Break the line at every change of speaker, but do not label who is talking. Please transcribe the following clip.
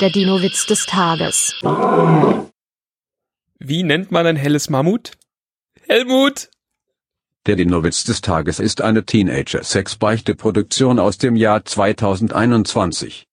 Der Dino-Witz des Tages.
Wie nennt man ein helles Mammut? Helmut!
Der Dinowitz des Tages ist eine Teenager-Sex-Beichte-Produktion aus dem Jahr 2021.